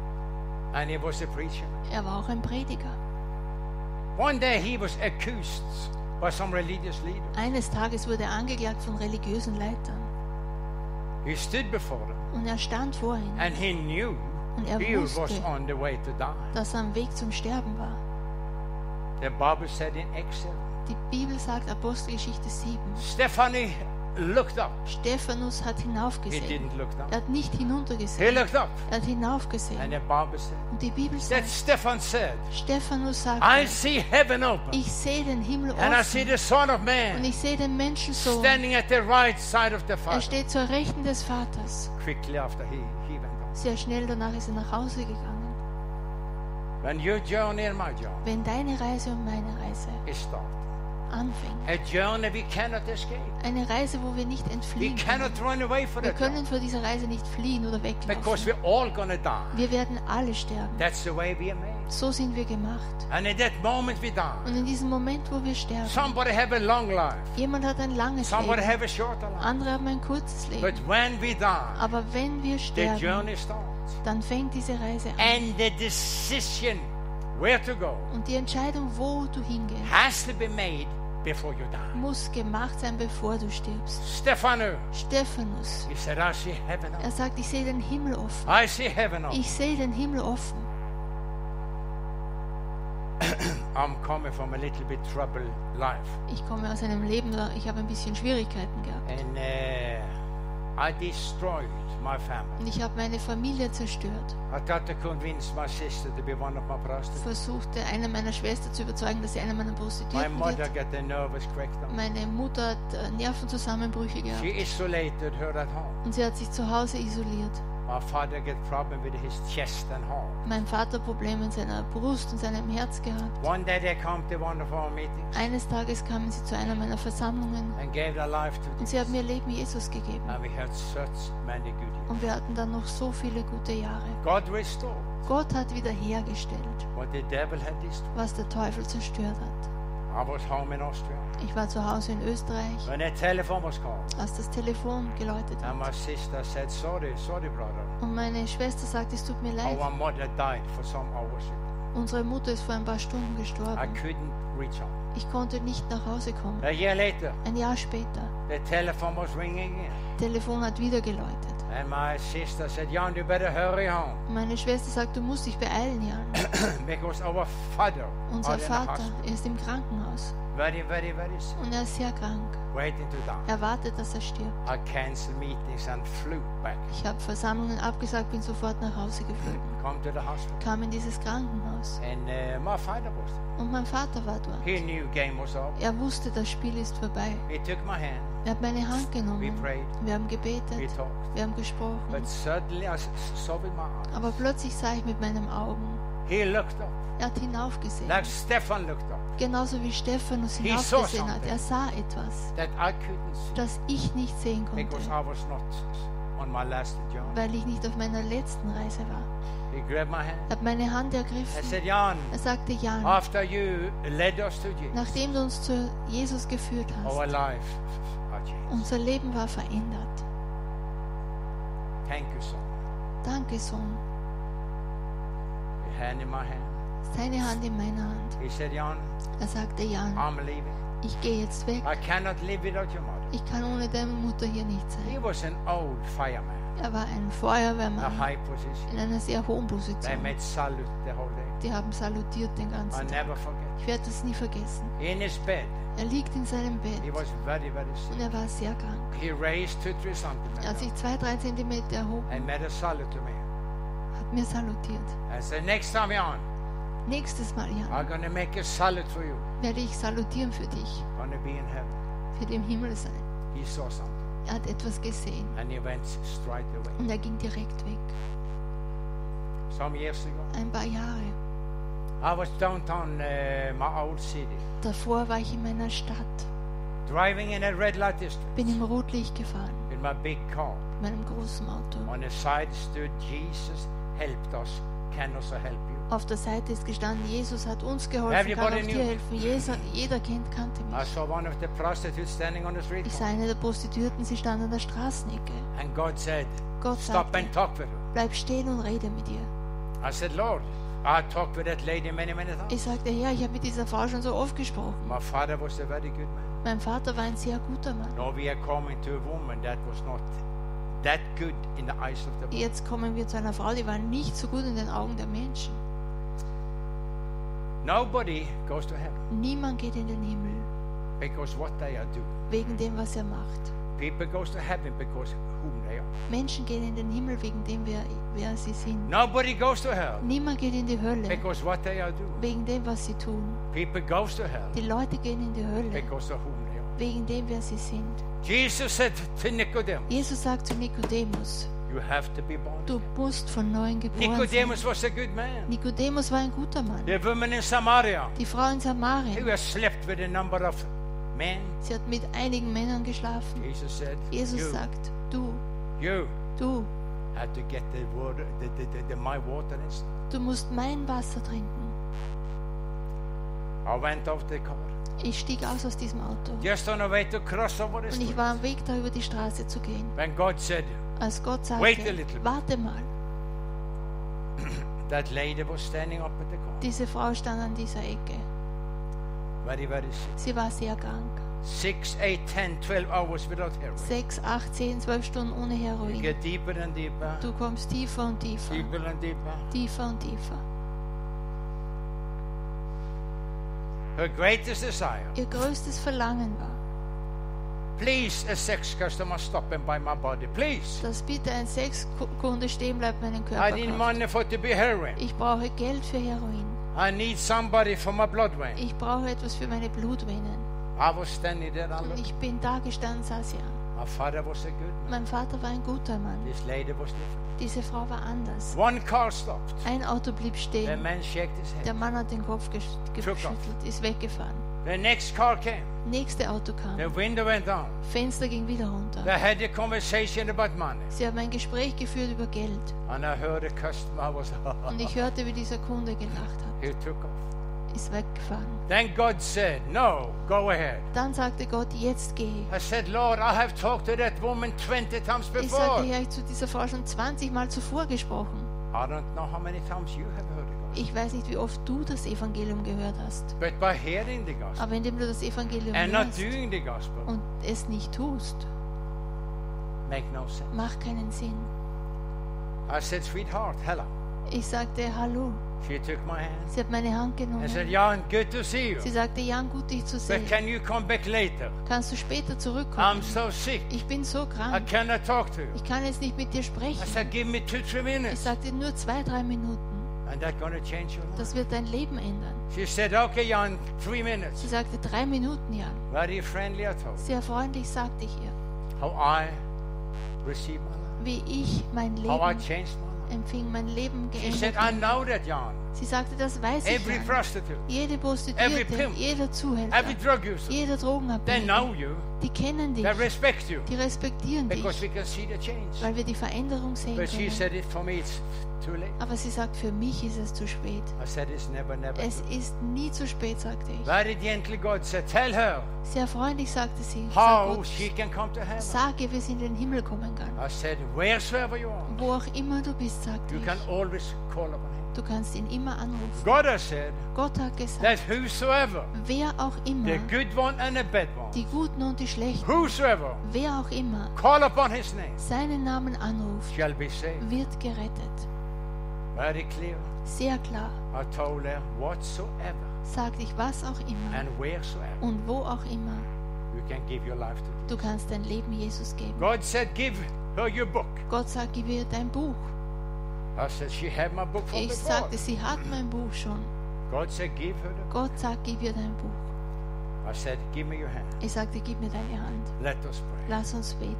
Speaker 2: and he was a preacher.
Speaker 3: Er war auch ein Prediger.
Speaker 2: One day he was accused by some religious leader.
Speaker 3: Eines Tages wurde er angeklagt von religiösen Leitern.
Speaker 2: He stood before them
Speaker 3: Und er stand vor ihnen,
Speaker 2: and he knew
Speaker 3: Und er
Speaker 2: he was
Speaker 3: wusste.
Speaker 2: on the way to die.
Speaker 3: dass er am Weg zum Sterben war.
Speaker 2: The Bible said in Acts 7,
Speaker 3: Die Bibel sagt Apostelgeschichte 7.
Speaker 2: Stephanie looked up.
Speaker 3: Stephanus hat
Speaker 2: He
Speaker 3: hinaufgesehen.
Speaker 2: didn't look
Speaker 3: Er
Speaker 2: down.
Speaker 3: hat nicht
Speaker 2: He
Speaker 3: hinuntergesehen.
Speaker 2: looked up.
Speaker 3: Er hat hinaufgesehen.
Speaker 2: And the Bible said,
Speaker 3: Und die Bibel
Speaker 2: that
Speaker 3: sagt,
Speaker 2: Stephan said,
Speaker 3: Stephanus
Speaker 2: I
Speaker 3: sagt,
Speaker 2: see heaven open
Speaker 3: ich sehe den Himmel
Speaker 2: and I see
Speaker 3: offen
Speaker 2: the Son of
Speaker 3: und
Speaker 2: Man
Speaker 3: ich sehe den Menschensohn.
Speaker 2: standing at the right side of the
Speaker 3: Er
Speaker 2: Father.
Speaker 3: steht zur Rechten des Vaters.
Speaker 2: Quickly after he, he went on.
Speaker 3: Sehr schnell danach ist er nach Hause gegangen.
Speaker 2: When your journey and my journey
Speaker 3: Wenn deine Reise und meine Reise
Speaker 2: is started,
Speaker 3: anfängt,
Speaker 2: a journey we cannot escape.
Speaker 3: eine Reise, wo wir nicht
Speaker 2: We
Speaker 3: entfliehen können.
Speaker 2: Mm. cannot run away from
Speaker 3: Wir
Speaker 2: it
Speaker 3: können vor dieser Reise nicht fliehen oder
Speaker 2: because
Speaker 3: weglaufen.
Speaker 2: we're all gonna die.
Speaker 3: Wir werden alle sterben.
Speaker 2: That's the way we are made.
Speaker 3: So sind wir gemacht.
Speaker 2: And in that moment we die.
Speaker 3: Und in diesem Moment, wo wir sterben,
Speaker 2: Somebody have a long life.
Speaker 3: jemand hat ein langes
Speaker 2: Somebody
Speaker 3: Leben,
Speaker 2: have a shorter life.
Speaker 3: andere haben ein kurzes
Speaker 2: But
Speaker 3: Leben.
Speaker 2: when we die,
Speaker 3: Aber wenn wir
Speaker 2: the
Speaker 3: sterben,
Speaker 2: journey starts.
Speaker 3: dann fängt diese Reise an.
Speaker 2: And the decision where to go
Speaker 3: Und die Entscheidung, wo du hingehst,
Speaker 2: has to be made before you die.
Speaker 3: muss gemacht sein, bevor du stirbst.
Speaker 2: Stefano,
Speaker 3: Stephanus,
Speaker 2: he said, I see heaven
Speaker 3: er
Speaker 2: open.
Speaker 3: sagt, ich sehe den Himmel offen.
Speaker 2: I see heaven open.
Speaker 3: Ich sehe den Himmel offen.
Speaker 2: I'm coming from a little bit troubled life.
Speaker 3: Ich komme aus einem Leben, da ich habe ein bisschen Schwierigkeiten gehabt.
Speaker 2: And uh, I destroyed my family.
Speaker 3: Und ich habe meine Familie zerstört.
Speaker 2: I tried to convince my sister to be one of my prostitutes.
Speaker 3: Versuchte, eine meiner Schwestern zu überzeugen, dass sie eine meiner
Speaker 2: My
Speaker 3: Prostituierten
Speaker 2: mother
Speaker 3: wird.
Speaker 2: got a nervous breakdown.
Speaker 3: Meine Mutter hat äh, Nervenzusammenbrüche
Speaker 2: She
Speaker 3: gehabt.
Speaker 2: isolated her at home.
Speaker 3: Und sie hat sich zu Hause isoliert.
Speaker 2: My father got problem with his chest and heart.
Speaker 3: Mein Vater Probleme in seiner Brust und seinem Herz gehabt.
Speaker 2: One day they come to one of our meetings
Speaker 3: Eines Tages kamen sie zu einer meiner Versammlungen
Speaker 2: and gave their life to
Speaker 3: und sie haben ihr Leben Jesus gegeben.
Speaker 2: And we had such many good years.
Speaker 3: Und wir hatten dann noch so viele gute Jahre.
Speaker 2: God restored
Speaker 3: Gott hat wiederhergestellt,
Speaker 2: what the devil had destroyed.
Speaker 3: was der Teufel zerstört hat.
Speaker 2: I was home in Austria
Speaker 3: Ich war zu Hause in Österreich.
Speaker 2: when a telephone was called.
Speaker 3: als das Telefon geläutet
Speaker 2: And my
Speaker 3: hat.
Speaker 2: sister said, Sorry, sorry, brother.
Speaker 3: Und meine Schwester sagt, es tut mir leid.
Speaker 2: Our mother died for some hours.
Speaker 3: Unsere Mutter ist vor ein paar Stunden
Speaker 2: I
Speaker 3: gestorben.
Speaker 2: couldn't reach her.
Speaker 3: Ich konnte nicht nach Hause kommen.
Speaker 2: A year later,
Speaker 3: Ein Jahr später.
Speaker 2: the telephone was ringing again.
Speaker 3: Telefon hat wieder geläutet.
Speaker 2: And my sister said, Jan, you better hurry home.
Speaker 3: Meine Schwester sagt, du musst dich beeilen, Jan.
Speaker 2: because our father
Speaker 3: Unser
Speaker 2: out in the
Speaker 3: Vater
Speaker 2: hospital,
Speaker 3: ist im Krankenhaus
Speaker 2: very, very, very sick,
Speaker 3: und er ist sehr krank.
Speaker 2: waiting to die.
Speaker 3: Er wartet, dass er stirbt.
Speaker 2: I canceled meetings and flew back.
Speaker 3: Ich habe Versammlungen abgesagt, bin sofort nach Hause geflogen.
Speaker 2: Come to the hospital.
Speaker 3: Kam in dieses Krankenhaus
Speaker 2: And uh, my father was there.
Speaker 3: und mein Vater war dort.
Speaker 2: He knew game was over.
Speaker 3: Er wusste, das Spiel ist vorbei.
Speaker 2: He took my hand.
Speaker 3: Er hat meine Hand
Speaker 2: We
Speaker 3: genommen.
Speaker 2: prayed.
Speaker 3: Wir haben
Speaker 2: We
Speaker 3: gebetet.
Speaker 2: talked.
Speaker 3: Wir haben gesprochen.
Speaker 2: But suddenly I s- saw with my eyes.
Speaker 3: Aber plötzlich sah ich mit meinen Augen.
Speaker 2: He looked up.
Speaker 3: Er hat hinaufgesehen.
Speaker 2: Like Stefan looked up.
Speaker 3: Genauso wie Stephanus
Speaker 2: He saw
Speaker 3: hinaufgesehen hat.
Speaker 2: something.
Speaker 3: Er sah etwas,
Speaker 2: That I couldn't see.
Speaker 3: das ich nicht sehen
Speaker 2: Because
Speaker 3: konnte,
Speaker 2: I was not on my last job.
Speaker 3: weil ich nicht auf meiner letzten Reise war.
Speaker 2: He grabbed my hand.
Speaker 3: Er hat meine Hand
Speaker 2: I
Speaker 3: ergriffen.
Speaker 2: said, Ah. Jan,
Speaker 3: Er sagte, Jan,
Speaker 2: after you led us to Jesus,
Speaker 3: nachdem du uns zu Jesus geführt
Speaker 2: our
Speaker 3: hast,
Speaker 2: life are changed.
Speaker 3: unser Leben war verändert.
Speaker 2: Thank you, son.
Speaker 3: Danke, Sohn.
Speaker 2: He handed my hand.
Speaker 3: Seine Hand in meine Hand.
Speaker 2: He said, Jan,
Speaker 3: Er sagte, Jan,
Speaker 2: Ah. I'm leaving.
Speaker 3: Ich gehe jetzt weg.
Speaker 2: I cannot live without your mother.
Speaker 3: Ich kann ohne deine Mutter hier nicht
Speaker 2: He
Speaker 3: sein.
Speaker 2: was an old fireman,
Speaker 3: Er war ein
Speaker 2: a
Speaker 3: Feuerwehrmann
Speaker 2: high position.
Speaker 3: in einer sehr hohen
Speaker 2: They
Speaker 3: Position.
Speaker 2: made salute the whole day.
Speaker 3: Die haben salutiert den
Speaker 2: I
Speaker 3: ganzen Tag.
Speaker 2: never forget.
Speaker 3: Ich werde das nie vergessen.
Speaker 2: In his bed,
Speaker 3: Er liegt in seinem Bett
Speaker 2: he was very, very sick.
Speaker 3: und er war sehr krank.
Speaker 2: He raised two, three
Speaker 3: Er hat
Speaker 2: centimeters
Speaker 3: sich zwei, drei Zentimeter erhoben,
Speaker 2: and made a salute to me.
Speaker 3: hat mir salutiert.
Speaker 2: I said, next time you're on,
Speaker 3: Nächstes Mal, Jan,
Speaker 2: I'm going to make a salute for you.
Speaker 3: werde ich salutieren für dich,
Speaker 2: Going to be in heaven.
Speaker 3: für den Himmel sein.
Speaker 2: He saw something
Speaker 3: Er hat etwas gesehen
Speaker 2: and he went straight away.
Speaker 3: und er ging direkt weg.
Speaker 2: Some years ago,
Speaker 3: Ein paar Jahre.
Speaker 2: I was downtown uh, my old city,
Speaker 3: Davor war ich in meiner Stadt,
Speaker 2: driving in a red light district
Speaker 3: bin im Rotlicht gefahren,
Speaker 2: in my big car.
Speaker 3: mit meinem großen Auto.
Speaker 2: On the side stood Jesus helped us, can also help you.
Speaker 3: Auf der Seite ist gestanden, Jesus hat uns geholfen, kann
Speaker 2: Everybody
Speaker 3: auch
Speaker 2: knew.
Speaker 3: dir helfen. Jeder, jeder kennt, kannte
Speaker 2: I
Speaker 3: mich.
Speaker 2: saw one of the prostitutes standing on the street
Speaker 3: Ich sah
Speaker 2: corner,
Speaker 3: eine der Prostituierten, sie stand an der Straßenecke.
Speaker 2: and God said,
Speaker 3: Gott
Speaker 2: Stop
Speaker 3: sagte,
Speaker 2: and talk with her.
Speaker 3: bleib stehen und rede mit ihr.
Speaker 2: I said, Lord, I talked with that lady many, many times.
Speaker 3: Ich sagte, Herr, ich habe mit dieser Frau schon so oft gesprochen.
Speaker 2: My father was a very good man.
Speaker 3: Mein Vater war ein sehr guter Mann.
Speaker 2: Now we are coming to a woman that was not that good in the eyes of the world.
Speaker 3: Jetzt kommen wir zu einer Frau, die war nicht so gut in den Augen der Menschen.
Speaker 2: Nobody goes to heaven
Speaker 3: Niemand geht in den Himmel
Speaker 2: because what they are doing.
Speaker 3: wegen dem, was er macht.
Speaker 2: People goes to heaven because whom they are.
Speaker 3: Menschen gehen in den Himmel wegen dem, wer, wer sie sind.
Speaker 2: Nobody goes to hell
Speaker 3: Niemand geht in die Hölle
Speaker 2: because what they are doing.
Speaker 3: wegen dem, was sie tun.
Speaker 2: People goes to hell
Speaker 3: Die Leute gehen in die Hölle
Speaker 2: because of whom they are.
Speaker 3: wegen dem, wer sie sind.
Speaker 2: Jesus said to Nicodemus,
Speaker 3: Jesus sagt zu Nikodemus,
Speaker 2: You have to be born.
Speaker 3: du musst von neuem geboren sein.
Speaker 2: Nicodemus was a good man.
Speaker 3: Nikodemus war ein guter Mann.
Speaker 2: The woman in Samaria,
Speaker 3: Die Frau in
Speaker 2: he
Speaker 3: Samarien,
Speaker 2: was slept with a number of men.
Speaker 3: sie hat mit einigen Männern geschlafen.
Speaker 2: Jesus said,
Speaker 3: Jesus
Speaker 2: you,
Speaker 3: sagt, du,
Speaker 2: you
Speaker 3: du,
Speaker 2: have to get the water, the, the, the, the, my water instead.
Speaker 3: du musst mein Wasser trinken.
Speaker 2: I went off the car.
Speaker 3: Ich stieg aus aus diesem Auto
Speaker 2: Just on the way to cross over the
Speaker 3: und ich
Speaker 2: street.
Speaker 3: war am Weg, da über die Straße zu gehen.
Speaker 2: When God said,
Speaker 3: Als Gott
Speaker 2: Wait a little.
Speaker 3: sagte, warte mal,
Speaker 2: that lady was standing up at the car.
Speaker 3: diese Frau stand an dieser Ecke.
Speaker 2: Very, very sick.
Speaker 3: Sie war sehr krank.
Speaker 2: Six, eight, ten, twelve hours without heroin.
Speaker 3: Sechs, acht, zehn, zwölf Stunden ohne
Speaker 2: You
Speaker 3: Heroin.
Speaker 2: get deeper and deeper,
Speaker 3: Du kommst tiefer und tiefer,
Speaker 2: deeper and deeper.
Speaker 3: tiefer und tiefer.
Speaker 2: Her greatest desire
Speaker 3: Ihr größtes Verlangen war,
Speaker 2: Please, a sex customer, stop and buy my body. Please.
Speaker 3: dass bitte ein Sexkunde stehen bleibt, meinen
Speaker 2: I
Speaker 3: Körper
Speaker 2: need
Speaker 3: kauft.
Speaker 2: money for to be heroin.
Speaker 3: Ich brauche Geld für Heroin.
Speaker 2: I need somebody for my blood vein.
Speaker 3: Ich brauche etwas für meine Blutvenen.
Speaker 2: I was standing there. I
Speaker 3: Und
Speaker 2: looked.
Speaker 3: ich bin da gestanden, saß ja.
Speaker 2: My father was a good man.
Speaker 3: Mein Vater war ein guter Mann.
Speaker 2: This lady was different.
Speaker 3: Diese Frau war anders.
Speaker 2: One car stopped.
Speaker 3: Ein Auto blieb
Speaker 2: The
Speaker 3: stehen.
Speaker 2: man shaked his
Speaker 3: Der
Speaker 2: head.
Speaker 3: Mann hat den Kopf gesch-
Speaker 2: Took off.
Speaker 3: geschüttelt, ist weggefahren.
Speaker 2: The next car came.
Speaker 3: Nächste Auto
Speaker 2: The
Speaker 3: kam.
Speaker 2: window went down.
Speaker 3: Fenster ging wieder runter.
Speaker 2: They had a conversation about money.
Speaker 3: Sie haben ein Gespräch geführt über Geld.
Speaker 2: And I heard a customer was.
Speaker 3: Und ich hörte, wie dieser Kunde gelacht hat.
Speaker 2: he took off.
Speaker 3: Ist weggefahren.
Speaker 2: Then God said, No, go ahead.
Speaker 3: Dann sagte Gott, jetzt gehe.
Speaker 2: I said, Lord, I have talked to that woman 20 times
Speaker 3: Ich sagte,
Speaker 2: before.
Speaker 3: ja, ich habe zu dieser Frau schon 20 Mal zuvor gesprochen.
Speaker 2: I don't know how many times you have heard it.
Speaker 3: Ich weiß nicht, wie oft du das Evangelium gehört hast.
Speaker 2: But by hearing the gospel
Speaker 3: Aber indem du das Evangelium
Speaker 2: and not
Speaker 3: hörst
Speaker 2: doing the gospel
Speaker 3: und es nicht tust,
Speaker 2: make no sense.
Speaker 3: macht keinen Sinn.
Speaker 2: I said, sweetheart, hello.
Speaker 3: Ich sagte Hallo.
Speaker 2: She took my hand
Speaker 3: Sie hat meine Hand genommen.
Speaker 2: and said, Jan, Oh. good to see you.
Speaker 3: Sie sagte, Jan, gut dich zu
Speaker 2: But
Speaker 3: sehen.
Speaker 2: can you come back later?
Speaker 3: Kannst du später
Speaker 2: I'm
Speaker 3: zurückkommen?
Speaker 2: so Ah, sick.
Speaker 3: Ich bin so
Speaker 2: I
Speaker 3: krank.
Speaker 2: cannot talk to you.
Speaker 3: Ich kann jetzt nicht mit dir
Speaker 2: I
Speaker 3: sprechen.
Speaker 2: said, give me two, three
Speaker 3: Ich
Speaker 2: minutes.
Speaker 3: sagte nur zwei, drei Minuten.
Speaker 2: And that's going to change your life.
Speaker 3: Das wird dein Leben ändern.
Speaker 2: She said, okay, Jan, three
Speaker 3: Sie
Speaker 2: minutes.
Speaker 3: sagte drei Minuten, Jan.
Speaker 2: Very friendly at all.
Speaker 3: Sehr freundlich sagte ich ihr,
Speaker 2: How I received my life.
Speaker 3: wie ich mein
Speaker 2: How I
Speaker 3: Leben
Speaker 2: changed my life.
Speaker 3: empfing, mein Leben
Speaker 2: She said,
Speaker 3: geändert.
Speaker 2: I
Speaker 3: hat.
Speaker 2: know that, Jan.
Speaker 3: Sie sagte, das weiß ich.
Speaker 2: Every
Speaker 3: Jan.
Speaker 2: prostitute,
Speaker 3: Jede
Speaker 2: every
Speaker 3: Prostituierte,
Speaker 2: pimp,
Speaker 3: jeder
Speaker 2: every
Speaker 3: Zuhälter,
Speaker 2: drug user, they
Speaker 3: jeder
Speaker 2: know
Speaker 3: Drogenabhängige,
Speaker 2: you.
Speaker 3: die kennen dich,
Speaker 2: They respect you
Speaker 3: die respektieren dich,
Speaker 2: because we can see the change.
Speaker 3: weil wir die Veränderung sehen
Speaker 2: But she
Speaker 3: können.
Speaker 2: said it for me, it's too late.
Speaker 3: Aber sie sagt, für mich ist es zu spät.
Speaker 2: I said it's never, never.
Speaker 3: Es
Speaker 2: too late.
Speaker 3: ist nie zu spät, sagte ich.
Speaker 2: Very gently, God said, tell her
Speaker 3: Sehr freundlich sagte sie. Sag,
Speaker 2: how
Speaker 3: Gott,
Speaker 2: she can come to heaven.
Speaker 3: sag ihr, wie sie in den Himmel kommen kann.
Speaker 2: I said, wheresoever you are,
Speaker 3: Wo auch immer du bist, sagte
Speaker 2: you can
Speaker 3: ich.
Speaker 2: always call upon him.
Speaker 3: Du kannst ihn immer anrufen.
Speaker 2: God has said
Speaker 3: Gott hat gesagt,
Speaker 2: that whosoever,
Speaker 3: wer auch
Speaker 2: the
Speaker 3: immer,
Speaker 2: good one and the bad one,
Speaker 3: die Guten und die Schlechten,
Speaker 2: whosoever
Speaker 3: wer auch immer,
Speaker 2: call upon his name
Speaker 3: seinen Namen anruft,
Speaker 2: shall be saved.
Speaker 3: wird gerettet.
Speaker 2: Very clear.
Speaker 3: Sehr klar,
Speaker 2: I told her, whatsoever
Speaker 3: sag ich was auch immer
Speaker 2: and wheresoever
Speaker 3: und wo auch immer,
Speaker 2: you can give your life to.
Speaker 3: du kannst dein Leben Jesus geben.
Speaker 2: God said, give her your book.
Speaker 3: Gott sagt, gib ihr dein Buch.
Speaker 2: I said, she had my book from
Speaker 3: Ich
Speaker 2: before.
Speaker 3: sagte, sie hat mein Buch schon.
Speaker 2: God said, give her the
Speaker 3: Gott sagt, gib ihr dein Buch.
Speaker 2: I said, give me your hand.
Speaker 3: Ich sagte, gib mir deine Hand.
Speaker 2: Let us pray.
Speaker 3: Lass uns beten.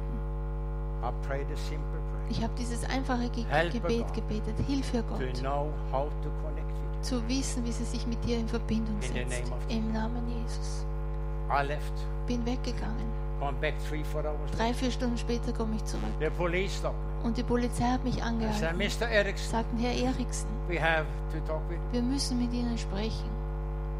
Speaker 2: I prayed a simple prayer
Speaker 3: Ich habe dieses einfache Ge
Speaker 2: Helfe
Speaker 3: Gebet
Speaker 2: Gott.
Speaker 3: gebetet.
Speaker 2: to
Speaker 3: Hilfe Gott,
Speaker 2: know how to connect with
Speaker 3: zu wissen, wie sie sich mit dir in Verbindung
Speaker 2: In the
Speaker 3: setzt.
Speaker 2: name of-
Speaker 3: Im Namen Jesus.
Speaker 2: you. I left,
Speaker 3: Bin weggegangen.
Speaker 2: gone back three, four hours.
Speaker 3: Drei, vier Stunden später komme ich zurück.
Speaker 2: The police stopped me.
Speaker 3: Und die Polizei hat mich
Speaker 2: I said,
Speaker 3: angehalten.
Speaker 2: Mr. Erickson,
Speaker 3: Sagten, Herr Eriksen,
Speaker 2: we have to talk with you.
Speaker 3: wir müssen mit Ihnen sprechen.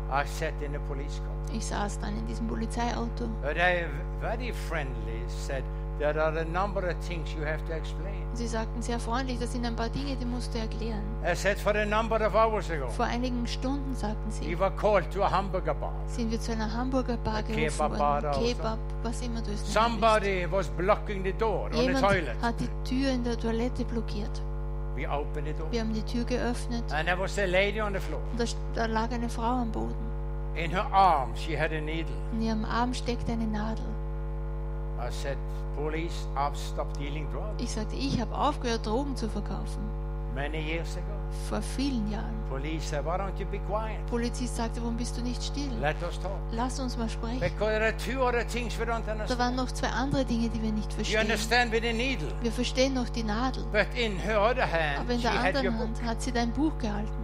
Speaker 2: I sat in the police car.
Speaker 3: Ich saß dann in diesem Polizeiauto.
Speaker 2: But they very friendly said, there are a number of things you have to explain.
Speaker 3: Sie sagten sehr freundlich, das sind ein paar Dinge, die musst du erklären.
Speaker 2: I said, for a number of hours ago,
Speaker 3: Vor einigen Stunden, sagten
Speaker 2: we
Speaker 3: sie,
Speaker 2: were called to a hamburger bar.
Speaker 3: sind wir zu einer Hamburger Bar gerufen
Speaker 2: Kebab Bar
Speaker 3: worden.
Speaker 2: oder so.
Speaker 3: Kebab, was immer du es nennen
Speaker 2: Somebody was blocking the door
Speaker 3: willst.
Speaker 2: on the toilet.
Speaker 3: Jemand hat die Tür in der Toilette blockiert.
Speaker 2: We opened the door.
Speaker 3: Wir haben die Tür geöffnet
Speaker 2: And there was a lady on the floor.
Speaker 3: und da, st- da lag eine Frau am Boden.
Speaker 2: In her arm, she had a needle.
Speaker 3: In ihrem Arm steckte eine Nadel.
Speaker 2: I said, police, I've stopped dealing drugs.
Speaker 3: Ich sagte, ich habe aufgehört, Drogen zu verkaufen.
Speaker 2: Many years ago.
Speaker 3: Vor vielen Jahren.
Speaker 2: Police said, why don't you be quiet?
Speaker 3: Polizist sagte, warum bist du nicht still?
Speaker 2: Let us talk.
Speaker 3: Lass uns mal sprechen.
Speaker 2: Because there are two other things we don't
Speaker 3: Da
Speaker 2: understand.
Speaker 3: waren noch zwei andere Dinge, die wir nicht
Speaker 2: You
Speaker 3: verstehen.
Speaker 2: understand with a needle.
Speaker 3: Wir verstehen noch die Nadel.
Speaker 2: But in her other
Speaker 3: Aber
Speaker 2: hand,
Speaker 3: in
Speaker 2: Äh, she
Speaker 3: der
Speaker 2: had your
Speaker 3: anderen
Speaker 2: book.
Speaker 3: Hand hat sie dein Buch gehalten.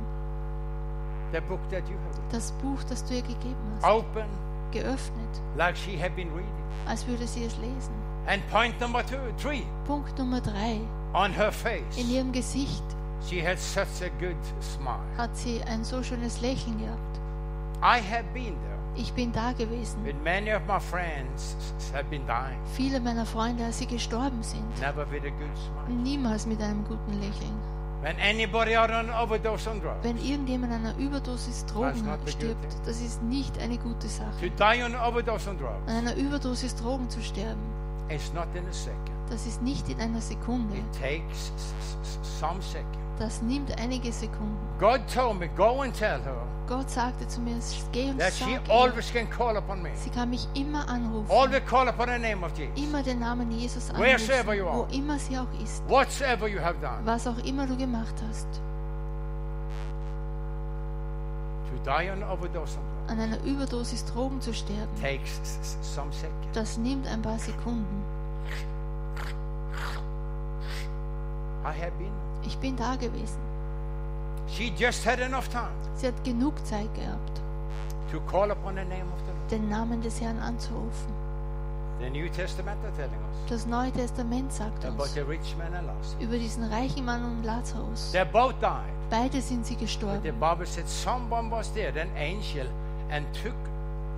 Speaker 2: The book that you have
Speaker 3: Das Buch, das du ihr gegeben hast.
Speaker 2: open,
Speaker 3: Geöffnet.
Speaker 2: like she had been reading.
Speaker 3: Als würde sie es lesen.
Speaker 2: And point number two, three,
Speaker 3: Punkt Nummer drei.
Speaker 2: on her
Speaker 3: In
Speaker 2: face,
Speaker 3: ihrem Gesicht
Speaker 2: she had such a good smile.
Speaker 3: hat sie ein so schönes Lächeln gehabt.
Speaker 2: I have been there.
Speaker 3: Ich bin da gewesen.
Speaker 2: With many of my friends s- have been dying,
Speaker 3: Viele meiner Freunde, als sie gestorben sind.
Speaker 2: never with a good smile.
Speaker 3: Niemals mit einem guten Lächeln.
Speaker 2: When anybody out on overdose on drugs,
Speaker 3: Wenn irgendjemand an einer Überdosis Drogen
Speaker 2: not a good
Speaker 3: stirbt,
Speaker 2: thing.
Speaker 3: das ist nicht eine gute Sache.
Speaker 2: to die on overdose on drugs,
Speaker 3: An einer Überdosis Drogen zu sterben,
Speaker 2: it's not in a second.
Speaker 3: das ist nicht in einer Sekunde.
Speaker 2: It takes s- s- s- some second.
Speaker 3: Das nimmt einige Sekunden.
Speaker 2: God told me, go and tell her
Speaker 3: Gott sagte zu mir, geh und
Speaker 2: that
Speaker 3: sag
Speaker 2: she
Speaker 3: ihr,
Speaker 2: always can call upon me.
Speaker 3: sie kann mich immer anrufen.
Speaker 2: Always call upon the name of Jesus.
Speaker 3: Immer den Namen Jesus anrufen,
Speaker 2: Wheresoever you
Speaker 3: wo
Speaker 2: are.
Speaker 3: immer sie auch ist.
Speaker 2: Whatsoever you have done,
Speaker 3: Was auch immer du gemacht hast.
Speaker 2: to die on overdose on drugs
Speaker 3: An einer Überdosis Drogen zu sterben,
Speaker 2: takes s- s- some second.
Speaker 3: das nimmt ein paar Sekunden.
Speaker 2: I have been.
Speaker 3: Ich bin da gewesen.
Speaker 2: She just had enough time
Speaker 3: Sie hat genug Zeit gehabt,
Speaker 2: to call upon the name of the Lord.
Speaker 3: den Namen des Herrn anzurufen.
Speaker 2: The New Testament are telling us.
Speaker 3: Das Neue Testament sagt
Speaker 2: about
Speaker 3: uns
Speaker 2: the rich man and Lazarus.
Speaker 3: über diesen reichen Mann und Lazarus.
Speaker 2: They both died.
Speaker 3: Beide sind sie
Speaker 2: But the
Speaker 3: gestorben.
Speaker 2: Bible said someone was there, an angel, and took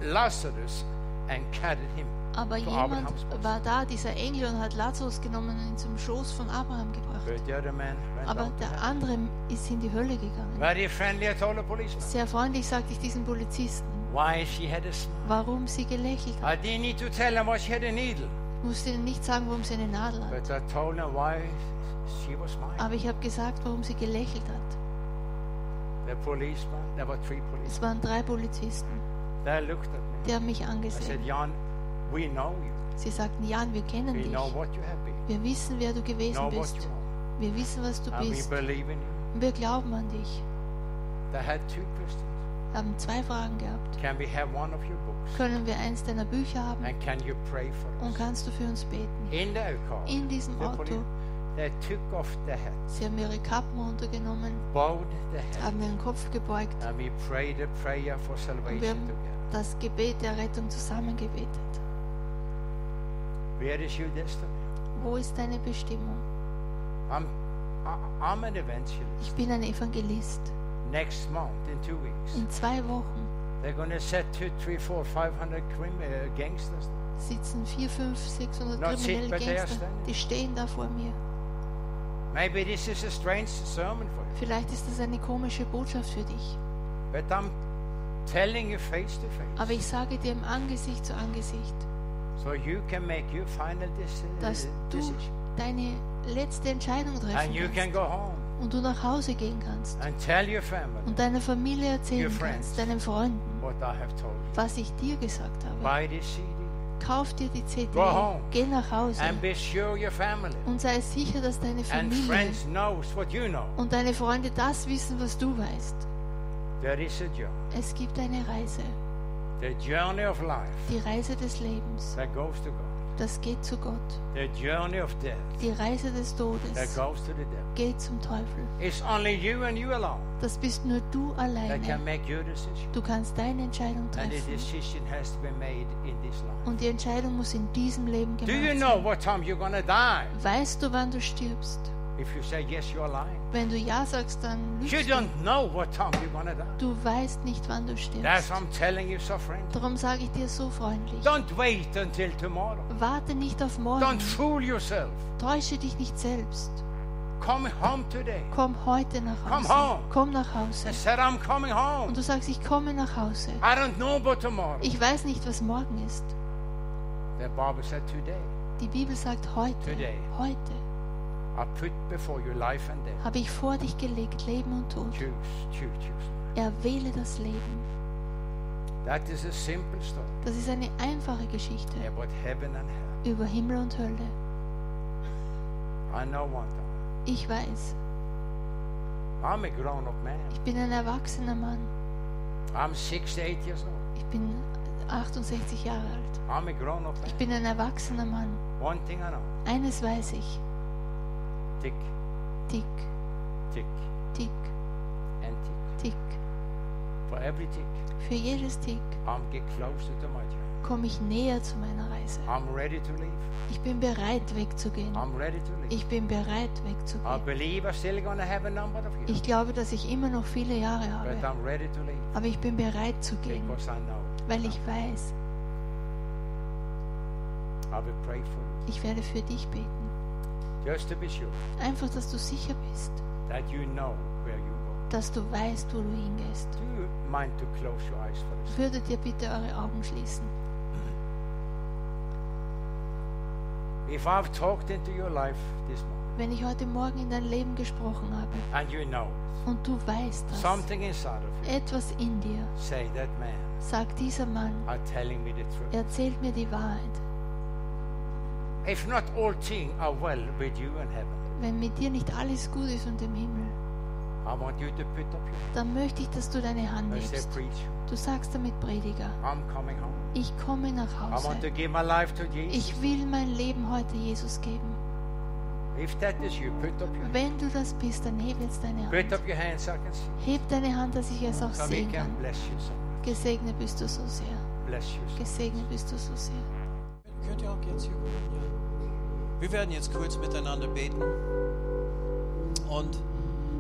Speaker 2: Lazarus and carried him.
Speaker 3: Aber
Speaker 2: to
Speaker 3: jemand
Speaker 2: Abrahams bosom.
Speaker 3: war da, dieser Engel, und hat Lazarus genommen und ihn zum Schoß von Abraham gebracht.
Speaker 2: But the other man went
Speaker 3: Aber
Speaker 2: down to
Speaker 3: der
Speaker 2: hell.
Speaker 3: andere ist in die Hölle gegangen.
Speaker 2: Very friendly, I told the policeman.
Speaker 3: Sehr freundlich sagte ich diesen Polizisten,
Speaker 2: Why she had a smile.
Speaker 3: warum sie gelächelt hat.
Speaker 2: I didn't need to tell him why she had a needle.
Speaker 3: Ich musste ihnen nicht sagen, warum sie eine Nadel hat.
Speaker 2: But I told him why she was mine.
Speaker 3: Aber ich habe gesagt, warum sie gelächelt hat.
Speaker 2: The policeman, there were three policemen.
Speaker 3: Es waren drei Polizisten,
Speaker 2: They looked at me.
Speaker 3: die haben mich
Speaker 2: I said,
Speaker 3: angesehen.
Speaker 2: Jan, we know you.
Speaker 3: Sie sagten, Jan, wir kennen
Speaker 2: We
Speaker 3: dich.
Speaker 2: know what you have been.
Speaker 3: Wir wissen, wer du
Speaker 2: We know
Speaker 3: gewesen
Speaker 2: what
Speaker 3: bist.
Speaker 2: you are.
Speaker 3: Wir wissen, was du
Speaker 2: And we
Speaker 3: bist.
Speaker 2: believe in you.
Speaker 3: Und wir glauben an dich.
Speaker 2: They had two questions.
Speaker 3: Wir haben zwei Fragen gehabt.
Speaker 2: Can we have one of your books?
Speaker 3: Können wir eins deiner Bücher haben?
Speaker 2: And can you pray for
Speaker 3: Und
Speaker 2: us?
Speaker 3: kannst du für uns beten?
Speaker 2: In their car,
Speaker 3: In diesem
Speaker 2: the
Speaker 3: Auto.
Speaker 2: police, they took off the hat,
Speaker 3: Sie haben ihre Kappen runtergenommen,
Speaker 2: bowed the head,
Speaker 3: haben ihren Kopf gebeugt
Speaker 2: and we prayed a prayer for
Speaker 3: und wir
Speaker 2: salvation
Speaker 3: haben
Speaker 2: together.
Speaker 3: das Gebet der Rettung zusammengebetet.
Speaker 2: Where is your destiny?
Speaker 3: Wo ist deine Bestimmung?
Speaker 2: I'm, I- I'm an evangelist.
Speaker 3: Ich bin ein Evangelist.
Speaker 2: Next month, in two weeks,
Speaker 3: In zwei Wochen
Speaker 2: they're going to set two, three, four, five hundred crim- uh, gangsters.
Speaker 3: sitzen vier, fünf, 600
Speaker 2: Not sit,
Speaker 3: kriminelle
Speaker 2: but they are
Speaker 3: Gangster.
Speaker 2: standing.
Speaker 3: Die stehen da vor mir.
Speaker 2: Maybe this is a strange sermon for you,
Speaker 3: Vielleicht ist das eine komische Botschaft für dich,
Speaker 2: but I'm telling you face to face.
Speaker 3: aber ich sage dir im Angesicht zu Angesicht,
Speaker 2: So you can make your final deci- uh,
Speaker 3: dass du
Speaker 2: decision.
Speaker 3: deine letzte Entscheidung
Speaker 2: Äh, And
Speaker 3: treffen
Speaker 2: you can
Speaker 3: kannst
Speaker 2: go home
Speaker 3: und du nach Hause gehen kannst
Speaker 2: and tell your family
Speaker 3: und deiner Familie
Speaker 2: Your
Speaker 3: erzählen
Speaker 2: friends.
Speaker 3: kannst, deinen Freunden,
Speaker 2: what I have told you.
Speaker 3: was ich dir gesagt habe.
Speaker 2: Buy this CD
Speaker 3: Kauf dir die CD,
Speaker 2: Go home.
Speaker 3: geh nach Hause
Speaker 2: and be sure your family
Speaker 3: und sei sicher, dass deine
Speaker 2: and
Speaker 3: Familie
Speaker 2: friends knows what you know.
Speaker 3: und deine Freunde das wissen, was du weißt.
Speaker 2: There is a journey,
Speaker 3: Es gibt eine Reise,
Speaker 2: the journey of life
Speaker 3: die Reise des Lebens,
Speaker 2: that goes to God,
Speaker 3: das geht zu Gott.
Speaker 2: the journey of death
Speaker 3: Die Reise des
Speaker 2: that
Speaker 3: Todes
Speaker 2: goes to the devil.
Speaker 3: geht zum Teufel.
Speaker 2: It's only you and you alone
Speaker 3: Das bist nur du
Speaker 2: that can
Speaker 3: alleine.
Speaker 2: make your decision,
Speaker 3: Du kannst deine Entscheidung
Speaker 2: and the
Speaker 3: treffen.
Speaker 2: decision has to be made in this life.
Speaker 3: Und die Entscheidung muss in diesem Leben
Speaker 2: Do you
Speaker 3: gemacht
Speaker 2: know
Speaker 3: sein.
Speaker 2: what time you're gonna die?
Speaker 3: Weißt du, wann du stirbst?
Speaker 2: If you say yes, you're lying.
Speaker 3: Wenn du Ja sagst, dann
Speaker 2: You
Speaker 3: lügst du.
Speaker 2: don't know what time you're gonna die.
Speaker 3: Du weißt nicht, wann du
Speaker 2: That's
Speaker 3: stirbst.
Speaker 2: what I'm telling you, so friend.
Speaker 3: Darum sage ich dir so freundlich.
Speaker 2: Don't wait until tomorrow.
Speaker 3: Warte nicht auf morgen.
Speaker 2: Don't fool yourself.
Speaker 3: Täusche dich nicht selbst.
Speaker 2: Come home today.
Speaker 3: Komm heute nach
Speaker 2: Come
Speaker 3: Hause.
Speaker 2: home.
Speaker 3: Komm nach Hause.
Speaker 2: I said, I'm coming
Speaker 3: Und
Speaker 2: home.
Speaker 3: du sagst, ich komme nach Hause.
Speaker 2: I don't know about tomorrow.
Speaker 3: Ich weiß nicht, was morgen ist.
Speaker 2: The Bible said, Today
Speaker 3: Die Bibel sagt heute.
Speaker 2: Today.
Speaker 3: Heute
Speaker 2: I put before you life and death.
Speaker 3: habe ich vor dich gelegt Leben und Tod.
Speaker 2: Choose, choose, choose.
Speaker 3: Erwähle das Leben.
Speaker 2: That is a simple story
Speaker 3: Das ist eine einfache Geschichte
Speaker 2: about heaven and hell.
Speaker 3: über Himmel und Hölle.
Speaker 2: I know one thing.
Speaker 3: Ich weiß,
Speaker 2: I'm a grown up man.
Speaker 3: ich bin ein erwachsener Mann.
Speaker 2: I'm 68 years old.
Speaker 3: Ich bin 68 Jahre alt.
Speaker 2: I'm a grown up
Speaker 3: Ich
Speaker 2: man.
Speaker 3: bin ein erwachsener Mann.
Speaker 2: One thing I know
Speaker 3: Eines weiß ich.
Speaker 2: tick,
Speaker 3: Tick,
Speaker 2: tick,
Speaker 3: tick,
Speaker 2: and tick.
Speaker 3: tick.
Speaker 2: For every tick,
Speaker 3: Für jedes Tick
Speaker 2: I'm get closer to my job.
Speaker 3: komme ich näher zu meiner Reise.
Speaker 2: I'm ready to leave.
Speaker 3: Ich bin bereit, wegzugehen.
Speaker 2: I'm ready to leave.
Speaker 3: Ich bin bereit,
Speaker 2: I
Speaker 3: wegzugehen.
Speaker 2: believe I'm still going to have a number of years.
Speaker 3: Ich glaube, dass ich immer noch viele Jahre
Speaker 2: But
Speaker 3: habe.
Speaker 2: I'm ready to leave
Speaker 3: Aber ich bin bereit zu gehen,
Speaker 2: because I know
Speaker 3: weil ich weiß,
Speaker 2: I will pray for you.
Speaker 3: ich werde für dich beten.
Speaker 2: Just to be sure
Speaker 3: Einfach, dass du sicher bist,
Speaker 2: that you know where you go.
Speaker 3: dass du weißt, wo du hingehst.
Speaker 2: Do you mind to close your eyes for a second?
Speaker 3: Würdet ihr bitte eure Augen schließen?
Speaker 2: If I've talked into your life this morning
Speaker 3: Wenn ich heute Morgen in dein Leben gesprochen habe
Speaker 2: and you know
Speaker 3: und du weißt
Speaker 2: it,
Speaker 3: das,
Speaker 2: something inside of you
Speaker 3: etwas in dir
Speaker 2: say that man
Speaker 3: sagt dieser Mann,
Speaker 2: are telling me the truth.
Speaker 3: erzählt mir die Wahrheit.
Speaker 2: If not all things are well with you in heaven,
Speaker 3: Wenn mit dir nicht alles gut ist und im Himmel,
Speaker 2: I want you to put up your
Speaker 3: dann möchte ich, dass du deine Hand
Speaker 2: hands and
Speaker 3: hebst.
Speaker 2: say, preach.
Speaker 3: Du sagst damit, Prediger,
Speaker 2: I'm coming home.
Speaker 3: ich komme nach
Speaker 2: I want to
Speaker 3: Hause.
Speaker 2: give my life to Jesus.
Speaker 3: Ich will mein Leben heute Jesus geben.
Speaker 2: If that is you, put up your hands.
Speaker 3: Wenn du das bist, dann heb jetzt deine
Speaker 2: Put
Speaker 3: Hand.
Speaker 2: up your hands so I can see.
Speaker 3: Heb deine Hand, dass ich es auch
Speaker 2: So we
Speaker 3: sehen
Speaker 2: can
Speaker 3: kann.
Speaker 2: bless you so much.
Speaker 3: Gesegnet bist du so sehr.
Speaker 2: Bless you so much.
Speaker 3: Gesegnet bist du so sehr.
Speaker 4: Könnt ihr auch jetzt hier kommen, ja. Wir werden jetzt kurz miteinander beten. Und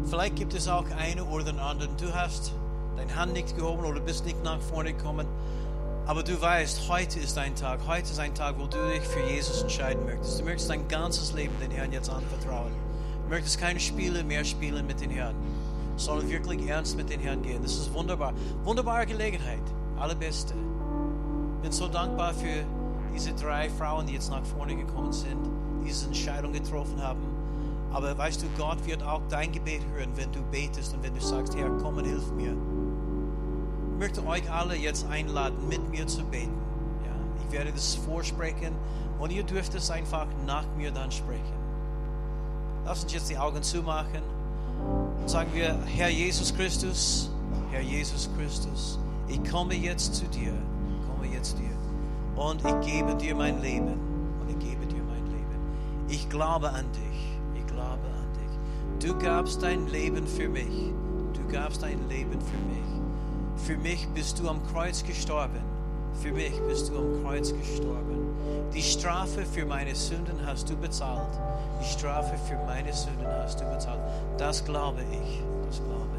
Speaker 4: vielleicht gibt es auch eine oder den anderen. Du hast deine Hand nicht gehoben oder bist nicht nach vorne gekommen. Aber du weißt, heute ist ein Tag. Heute ist ein Tag, wo du dich für Jesus entscheiden möchtest. Du möchtest dein ganzes Leben den Herrn jetzt anvertrauen. Du möchtest keine Spiele mehr spielen mit den Herrn, sondern wirklich ernst mit den Herrn gehen. Das ist wunderbar. Wunderbare Gelegenheit. Allerbeste. Beste bin so dankbar für diese drei Frauen, die jetzt nach vorne gekommen sind, diese Entscheidung getroffen haben. Aber weißt du, Gott wird auch dein Gebet hören, wenn du betest und wenn du sagst, Herr, komm und hilf mir. Ich möchte euch alle jetzt einladen, mit mir zu beten. Ja, ich werde das vorsprechen und ihr dürft es einfach nach mir dann sprechen. Lass uns jetzt die Augen zumachen. Sagen wir, Herr Jesus Christus, Herr Jesus Christus, ich komme jetzt zu dir, komme jetzt zu dir und ich gebe dir mein Leben und ich gebe dir mein Leben. Ich glaube an dich, ich glaube an dich. Du gabst dein Leben für mich, du gabst dein Leben für mich. Für mich bist du am Kreuz gestorben. Für mich bist du am Kreuz gestorben. Die Strafe für meine Sünden hast du bezahlt. Die Strafe für meine Sünden hast du bezahlt. Das glaube ich. Das glaube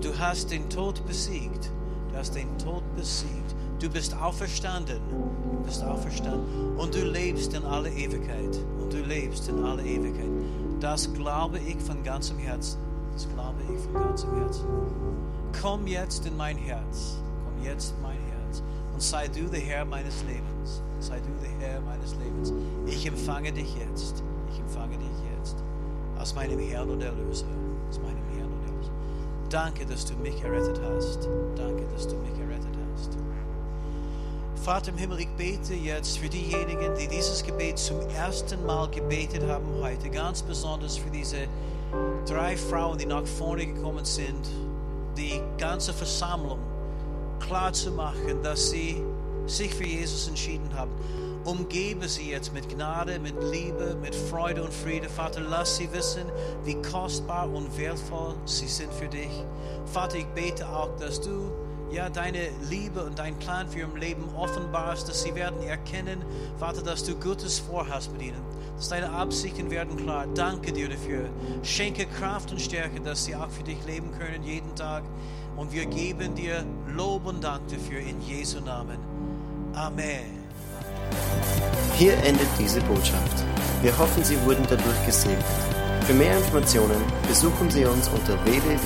Speaker 4: ich. Du hast den Tod besiegt. Du hast den Tod besiegt. Du bist auferstanden. Du bist auferstanden. Und du lebst in alle Ewigkeit. Und du lebst in alle Ewigkeit. Das glaube ich von ganzem Herzen. Das glaube ich von ganzem Herzen. Komm jetzt in mein Herz. Komm jetzt in mein Herz. Und sei du der Herr meines Lebens. Sei du der Herr meines Lebens. Ich empfange dich jetzt. Ich empfange dich jetzt. Aus meinem Herrn und Erlöser. Aus meinem Herrn und Erlöser. Danke, dass du mich errettet hast. Danke, dass du mich errettet hast. Vater im Himmel, ich bete jetzt für diejenigen, die dieses Gebet zum ersten Mal gebetet haben heute, ganz besonders für diese drei Frauen, die nach vorne gekommen sind, die ganze Versammlung klar zu machen, dass sie sich für Jesus entschieden haben. Umgebe sie jetzt mit Gnade, mit Liebe, mit Freude und Friede. Vater, lass sie wissen, wie kostbar und wertvoll sie sind für dich. Vater, ich bete auch, dass du ja deine Liebe und dein Plan für ihr Leben offenbarst, dass sie werden erkennen, Vater, dass du Gutes vorhast mit ihnen, dass deine Absichten werden klar. Danke dir dafür. Schenke Kraft und Stärke, dass sie auch für dich leben können jeden Tag. Und wir geben dir Lob und Dank dafür in Jesu Namen. Amen.
Speaker 1: Hier endet diese Botschaft. Wir hoffen, Sie wurden dadurch gesegnet. Für mehr Informationen besuchen Sie uns unter www.fcg-wells.at.